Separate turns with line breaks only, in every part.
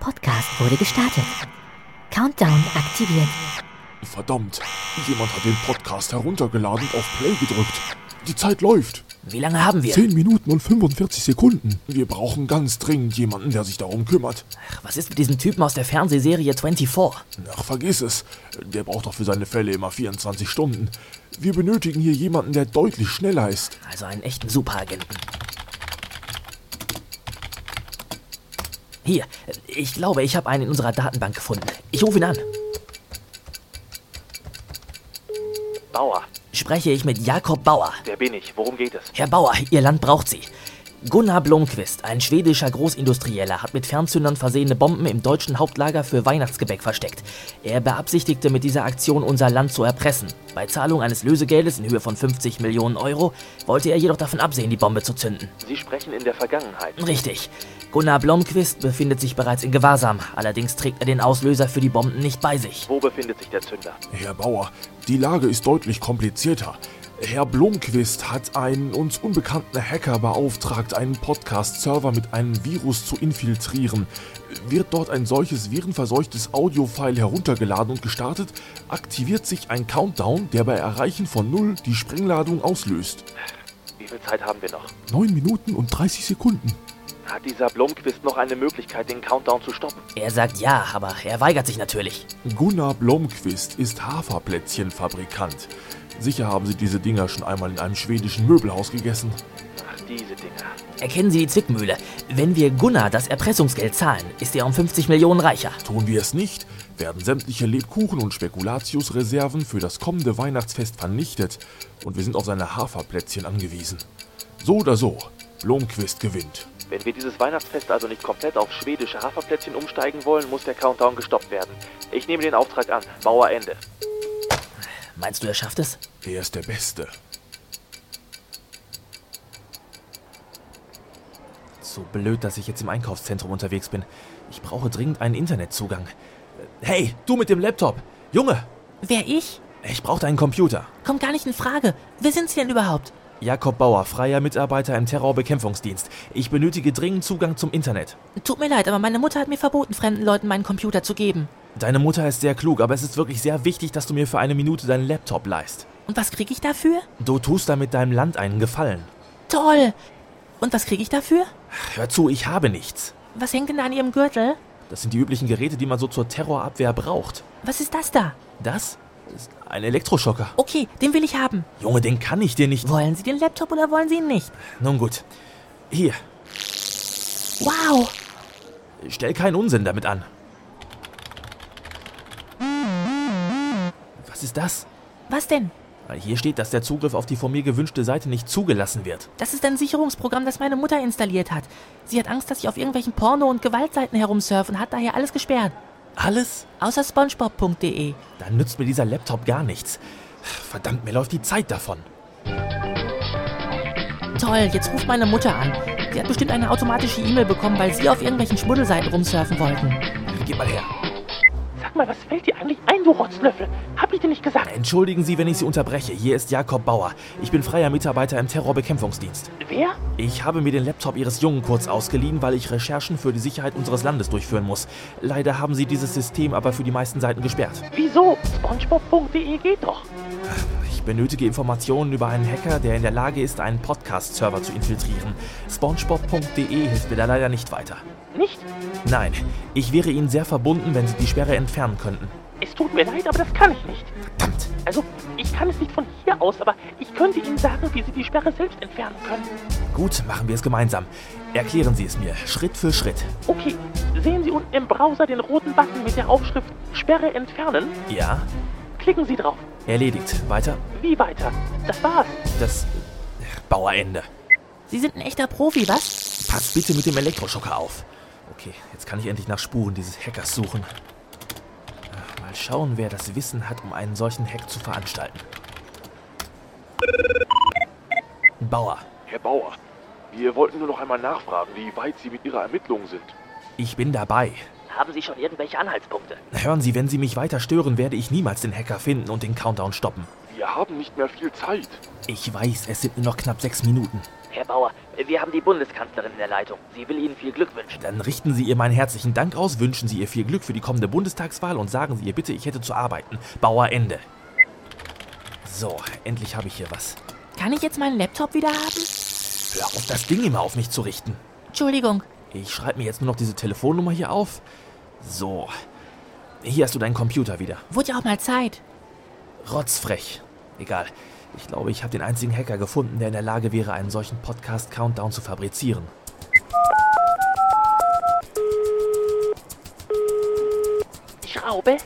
Podcast wurde gestartet. Countdown aktiviert.
Verdammt, jemand hat den Podcast heruntergeladen und auf Play gedrückt. Die Zeit läuft.
Wie lange haben wir?
10 Minuten und 45 Sekunden. Wir brauchen ganz dringend jemanden, der sich darum kümmert.
Ach, was ist mit diesem Typen aus der Fernsehserie 24?
Ach, vergiss es. Der braucht doch für seine Fälle immer 24 Stunden. Wir benötigen hier jemanden, der deutlich schneller ist.
Also einen echten Superagenten. Hier, ich glaube, ich habe einen in unserer Datenbank gefunden. Ich rufe ihn an.
Bauer,
Spreche ich mit Jakob Bauer.
wer bin ich? Worum geht es?
Herr Bauer, Ihr Land braucht Sie. Gunnar Blomqvist, ein schwedischer Großindustrieller, hat mit Fernzündern versehene Bomben im deutschen Hauptlager für Weihnachtsgebäck versteckt. Er beabsichtigte mit dieser Aktion unser Land zu erpressen. Bei Zahlung eines Lösegeldes in Höhe von 50 Millionen Euro wollte er jedoch davon absehen, die Bombe zu zünden.
Sie sprechen in der Vergangenheit.
Richtig. Gunnar Blomqvist befindet sich bereits in Gewahrsam, allerdings trägt er den Auslöser für die Bomben nicht bei sich.
Wo befindet sich der Zünder?
Herr Bauer, die Lage ist deutlich komplizierter. Herr Blomquist hat einen uns unbekannten Hacker beauftragt, einen Podcast-Server mit einem Virus zu infiltrieren. Wird dort ein solches virenverseuchtes Audiofile heruntergeladen und gestartet, aktiviert sich ein Countdown, der bei Erreichen von Null die Sprengladung auslöst.
Wie viel Zeit haben wir noch?
9 Minuten und 30 Sekunden.
Hat dieser Blomquist noch eine Möglichkeit, den Countdown zu stoppen?
Er sagt ja, aber er weigert sich natürlich.
Gunnar Blomqvist ist Haferplätzchenfabrikant. Sicher haben Sie diese Dinger schon einmal in einem schwedischen Möbelhaus gegessen.
Ach, diese Dinger.
Erkennen Sie die Zwickmühle. Wenn wir Gunnar das Erpressungsgeld zahlen, ist er um 50 Millionen reicher.
Tun wir es nicht, werden sämtliche Lebkuchen- und Spekulatiusreserven für das kommende Weihnachtsfest vernichtet und wir sind auf seine Haferplätzchen angewiesen. So oder so, Blomquist gewinnt.
Wenn wir dieses Weihnachtsfest also nicht komplett auf schwedische Haferplätzchen umsteigen wollen, muss der Countdown gestoppt werden. Ich nehme den Auftrag an. Bauer Ende.
Meinst du, er schafft es?
Er ist der Beste.
So blöd, dass ich jetzt im Einkaufszentrum unterwegs bin. Ich brauche dringend einen Internetzugang. Hey, du mit dem Laptop! Junge!
Wer ich?
Ich brauche deinen Computer.
Kommt gar nicht in Frage. Wer sind Sie denn überhaupt?
Jakob Bauer, freier Mitarbeiter im Terrorbekämpfungsdienst. Ich benötige dringend Zugang zum Internet.
Tut mir leid, aber meine Mutter hat mir verboten, fremden Leuten meinen Computer zu geben.
Deine Mutter ist sehr klug, aber es ist wirklich sehr wichtig, dass du mir für eine Minute deinen Laptop leihst.
Und was kriege ich dafür?
Du tust damit deinem Land einen Gefallen.
Toll! Und was kriege ich dafür?
Hör zu, ich habe nichts.
Was hängt denn an Ihrem Gürtel?
Das sind die üblichen Geräte, die man so zur Terrorabwehr braucht.
Was ist das da?
Das ist ein Elektroschocker.
Okay, den will ich haben.
Junge, den kann ich dir nicht.
Wollen Sie den Laptop oder wollen Sie ihn nicht?
Nun gut. Hier,
Wow!
stell keinen Unsinn damit an. Was ist das?
Was denn?
Hier steht, dass der Zugriff auf die von mir gewünschte Seite nicht zugelassen wird.
Das ist ein Sicherungsprogramm, das meine Mutter installiert hat. Sie hat Angst, dass ich auf irgendwelchen Porno- und Gewaltseiten herumsurfe und hat daher alles gesperrt.
Alles?
Außer spongebob.de.
Dann nützt mir dieser Laptop gar nichts. Verdammt, mir läuft die Zeit davon.
Toll, jetzt ruft meine Mutter an. Sie hat bestimmt eine automatische E-Mail bekommen, weil Sie auf irgendwelchen Schmuddelseiten rumsurfen wollten.
Gib mal her.
Sag mal, was fällt dir eigentlich ein, du Rotzlöffel? Hab ich dir nicht gesagt?
Entschuldigen Sie, wenn ich Sie unterbreche. Hier ist Jakob Bauer. Ich bin freier Mitarbeiter im Terrorbekämpfungsdienst.
Wer?
Ich habe mir den Laptop Ihres Jungen kurz ausgeliehen, weil ich Recherchen für die Sicherheit unseres Landes durchführen muss. Leider haben Sie dieses System aber für die meisten Seiten gesperrt.
Wieso? Spongebob.de geht doch.
Ich benötige Informationen über einen Hacker, der in der Lage ist, einen Podcast-Server zu infiltrieren. Spongebob.de hilft mir da leider nicht weiter.
Nicht?
Nein, ich wäre Ihnen sehr verbunden, wenn Sie die Sperre entfernen könnten.
Es tut mir leid, aber das kann ich nicht.
Verdammt!
Also, ich kann es nicht von hier aus, aber ich könnte Ihnen sagen, wie Sie die Sperre selbst entfernen können.
Gut, machen wir es gemeinsam. Erklären Sie es mir, Schritt für Schritt.
Okay, sehen Sie unten im Browser den roten Button mit der Aufschrift Sperre entfernen?
Ja?
Klicken Sie drauf.
Erledigt. Weiter?
Wie weiter? Das war's.
Das. Bauerende.
Sie sind ein echter Profi, was?
Pass bitte mit dem Elektroschocker auf. Okay, jetzt kann ich endlich nach Spuren dieses Hackers suchen. Ach, Mal schauen, wer das Wissen hat, um einen solchen Hack zu veranstalten. Bauer,
Herr Bauer, wir wollten nur noch einmal nachfragen, wie weit Sie mit Ihrer Ermittlung sind.
ich bin dabei.
Haben Sie schon irgendwelche Anhaltspunkte?
Hören Sie, wenn Sie mich weiter stören, werde ich niemals den Hacker finden und den Countdown stoppen.
Wir haben nicht mehr viel Zeit.
Ich weiß, es sind nur noch knapp sechs Minuten.
Herr Bauer, wir haben die Bundeskanzlerin in der Leitung. Sie will Ihnen viel Glück wünschen.
Dann richten Sie ihr meinen herzlichen Dank aus, wünschen Sie ihr viel Glück für die kommende Bundestagswahl und sagen Sie ihr bitte, ich hätte zu arbeiten. Bauer Ende. So, endlich habe ich hier was.
Kann ich jetzt meinen Laptop wieder haben?
Hör auf, das Ding immer auf mich zu richten.
Entschuldigung.
Ich schreibe mir jetzt nur noch diese Telefonnummer hier auf. So. Hier hast du deinen Computer wieder.
Wurde ja auch mal Zeit.
Rotzfrech. Egal. Ich glaube, ich habe den einzigen Hacker gefunden, der in der Lage wäre, einen solchen Podcast-Countdown zu fabrizieren.
Schraube?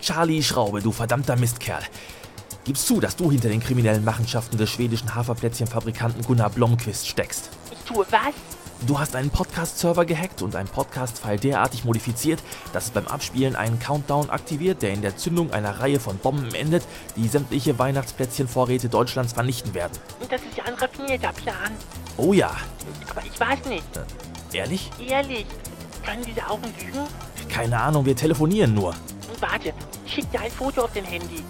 Charlie Schraube, du verdammter Mistkerl. Gibst zu, dass du hinter den kriminellen Machenschaften des schwedischen Haferplätzchenfabrikanten Gunnar Blomqvist steckst.
Ich tue was?
Du hast einen Podcast-Server gehackt und einen Podcast-File derartig modifiziert, dass es beim Abspielen einen Countdown aktiviert, der in der Zündung einer Reihe von Bomben endet, die sämtliche Weihnachtsplätzchenvorräte Deutschlands vernichten werden.
Das ist ja ein raffinierter Plan.
Oh ja,
Aber ich weiß nicht.
ehrlich?
Ehrlich. Können diese Augen lügen?
Keine Ahnung, wir telefonieren nur.
Warte, schick dir ein Foto auf dem Handy.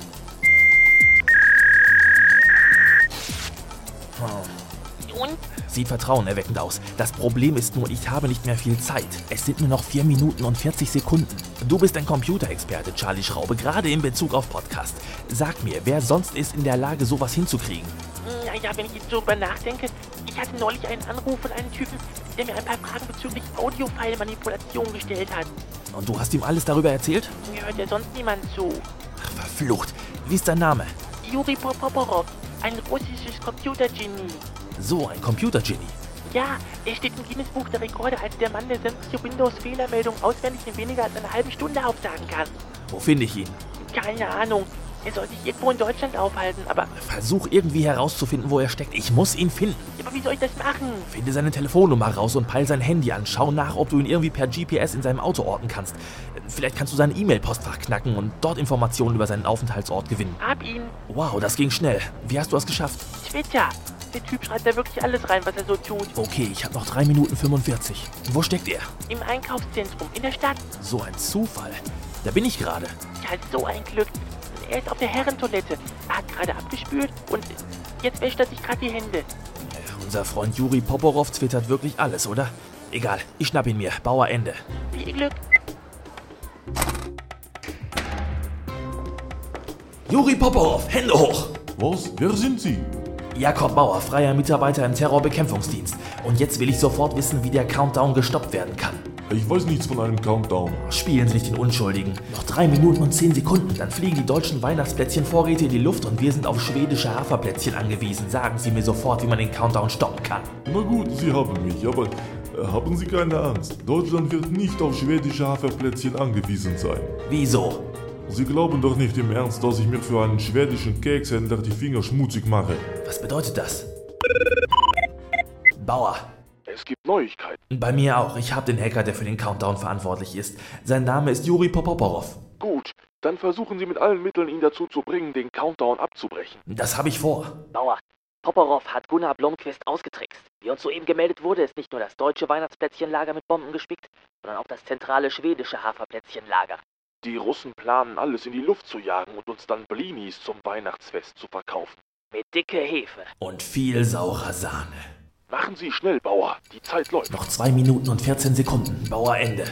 Und?
Sieht vertrauenerweckend aus. Das Problem ist nur, ich habe nicht mehr viel Zeit. Es sind nur noch 4 Minuten und 40 Sekunden. Du bist ein Computerexperte, Charlie Schraube, gerade in Bezug auf Podcast. Sag mir, wer sonst ist in der Lage, sowas hinzukriegen?
Naja, Hm, wenn ich jetzt darüber nachdenke, ich hatte neulich einen Anruf von einem Typen, der mir ein paar Fragen bezüglich Audiofile-Manipulation gestellt hat.
Und du hast ihm alles darüber erzählt?
Mir hört ja sonst niemand zu.
Ach, verflucht. Wie ist dein Name?
Juri Poporov, ein russisches Computergenie.
So, ein Computergenie.
Ja, er steht im Guinness Buch der Rekorde als der Mann, der sämtliche Windows-Fehlermeldungen auswendig in weniger als einer halben Stunde aufsagen kann.
Wo finde ich ihn?
Keine Ahnung. Er soll sich irgendwo in Deutschland aufhalten, aber,
Versuch irgendwie herauszufinden, wo er steckt. Ich muss ihn finden.
aber wie soll ich das machen?
Finde seine Telefonnummer raus und peil sein Handy an. Schau nach, ob du ihn irgendwie per GPS in seinem Auto orten kannst. Vielleicht kannst du sein E-Mail-Postfach knacken und dort Informationen über seinen Aufenthaltsort gewinnen.
Hab ihn.
Wow, das ging schnell. Wie hast du das geschafft?
Twitter. Der Typ schreibt da wirklich alles rein, was er so tut.
Okay, ich habe noch 3 Minuten 45. Wo steckt er?
Im Einkaufszentrum, in der Stadt.
So ein Zufall. Da bin ich gerade.
Ja, so ein Glück. Er ist auf der Herrentoilette. Er hat gerade abgespült und jetzt wäscht er sich gerade die Hände.
Unser Freund Juri Poporov twittert wirklich alles, oder? Egal, ich schnapp ihn mir. Bauer Ende.
Viel Glück.
Juri Poporov, Hände hoch!
Was? Wer sind Sie?
Jakob Bauer, freier Mitarbeiter im Terrorbekämpfungsdienst. Und jetzt will ich sofort wissen, wie der Countdown gestoppt werden kann.
Ich weiß nichts von einem Countdown.
Spielen Sie nicht den Unschuldigen. Noch drei Minuten und zehn Sekunden, dann fliegen die deutschen Weihnachtsplätzchenvorräte in die Luft und wir sind auf schwedische Haferplätzchen angewiesen. Sagen Sie mir sofort, wie man den Countdown stoppen kann.
Na gut, Sie haben mich, aber äh, haben Sie keine Angst. Deutschland wird nicht auf schwedische Haferplätzchen angewiesen sein.
Wieso?
Sie glauben doch nicht im Ernst, dass ich mir für einen schwedischen Kekshändler die Finger schmutzig mache.
Was bedeutet das? Bauer.
Es gibt Neuigkeiten.
Bei mir auch. Ich habe den Hacker, der für den Countdown verantwortlich ist. Sein Name ist Juri Popoporov.
Gut, dann versuchen Sie mit allen Mitteln, ihn dazu zu bringen, den Countdown abzubrechen.
Das habe ich vor.
Bauer, Poporov hat Gunnar Blomqvist ausgetrickst. Wie uns soeben gemeldet wurde, ist nicht nur das deutsche Weihnachtsplätzchenlager mit Bomben gespickt, sondern auch das zentrale schwedische Haferplätzchenlager.
Die Russen planen, alles in die Luft zu jagen und uns dann Blinis zum Weihnachtsfest zu verkaufen.
Mit dicke Hefe.
Und viel saurer Sahne.
Machen Sie schnell, Bauer. Die Zeit läuft.
Noch zwei Minuten und 14 Sekunden. Bauer Ende.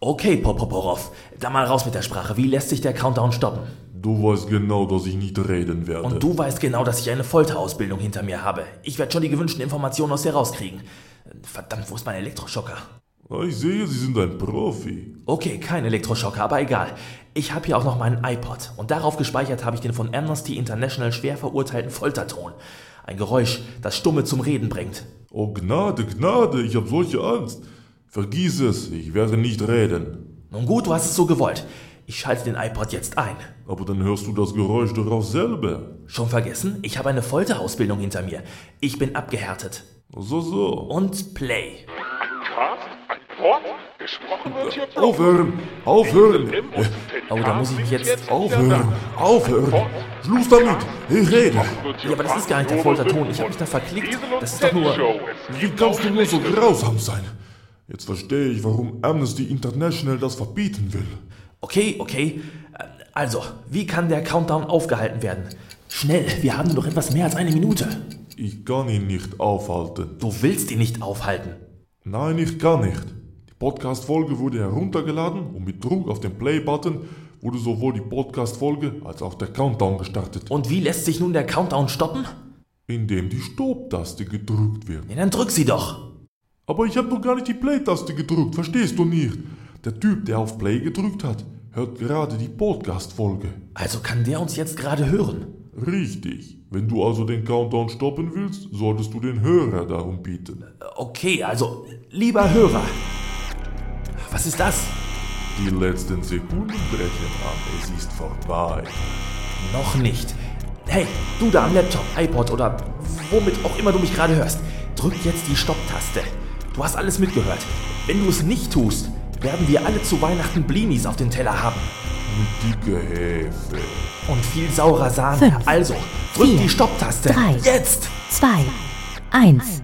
Okay, Popoporov. Dann mal raus mit der Sprache. Wie lässt sich der Countdown stoppen?
Du weißt genau, dass ich nicht reden werde.
Und du weißt genau, dass ich eine Folterausbildung hinter mir habe. Ich werde schon die gewünschten Informationen aus dir rauskriegen. Verdammt, wo ist mein Elektroschocker?
Ich sehe, Sie sind ein Profi.
Okay, kein Elektroschocker, aber egal. Ich habe hier auch noch meinen iPod und darauf gespeichert habe ich den von Amnesty International schwer verurteilten Folterton. Ein Geräusch, das Stumme zum Reden bringt.
Oh Gnade, Gnade, ich habe solche Angst. Vergiss es, ich werde nicht reden.
Nun gut, du hast es so gewollt. Ich schalte den iPod jetzt ein.
Aber dann hörst du das Geräusch doch auch selber.
Schon vergessen? Ich habe eine Folterausbildung hinter mir. Ich bin abgehärtet.
So, so.
Und Play.
Cast, ein Port, gesprochen wird hier drauf.
Aufhören, aufhören, Äh,
M und TK
Oh, da muss ich mich
sind
jetzt
wieder
aufhören,
da.
aufhören. Schluss damit, ich rede.
Wird
Ja, aber das ist gar nicht der
Fahndose
Folterton. Ich habe mich da
und
verklickt.
Esel und
Das ist doch nur...
Tennis-Show. Es
Wie
gibt
kannst du
auch
nur so
schlechte
grausam sein? Jetzt verstehe ich, warum Amnesty International das verbieten will.
Okay, okay. Äh, Also, wie kann der Countdown aufgehalten werden? Schnell, wir haben nur noch etwas mehr als eine Minute.
Ich kann ihn nicht aufhalten.
Du willst ihn nicht aufhalten.
Nein, ich kann nicht. Die Podcast-Folge wurde heruntergeladen und mit Druck auf den Play-Button wurde sowohl die Podcast-Folge als auch der Countdown gestartet,
Und wie lässt sich nun der Countdown stoppen?
indem die Stopptaste gedrückt wird.
Ja, dann drück sie doch.
Aber ich habe doch gar nicht die Play-Taste gedrückt, verstehst du nicht? Der Typ, der auf Play gedrückt hat, hört gerade die Podcast-Folge.
Also kann der uns jetzt gerade hören.
Richtig. Wenn du also den Countdown stoppen willst, solltest du den Hörer darum bieten.
Okay, also, lieber Hörer. Was ist das?
Die letzten Sekunden brechen an, es ist vorbei.
Noch nicht. Hey, du da am Laptop, iPod oder womit auch immer du mich gerade hörst, drück jetzt die Stopptaste. Du hast alles mitgehört. Wenn du es nicht tust, werden wir alle zu Weihnachten Blinis auf dem Teller haben.
Dicke Hefe.
Und viel saurer Sahne.
Fünf,
also, drück
vier,
die Stopptaste.
drei,
Jetzt!
Zwei, eins.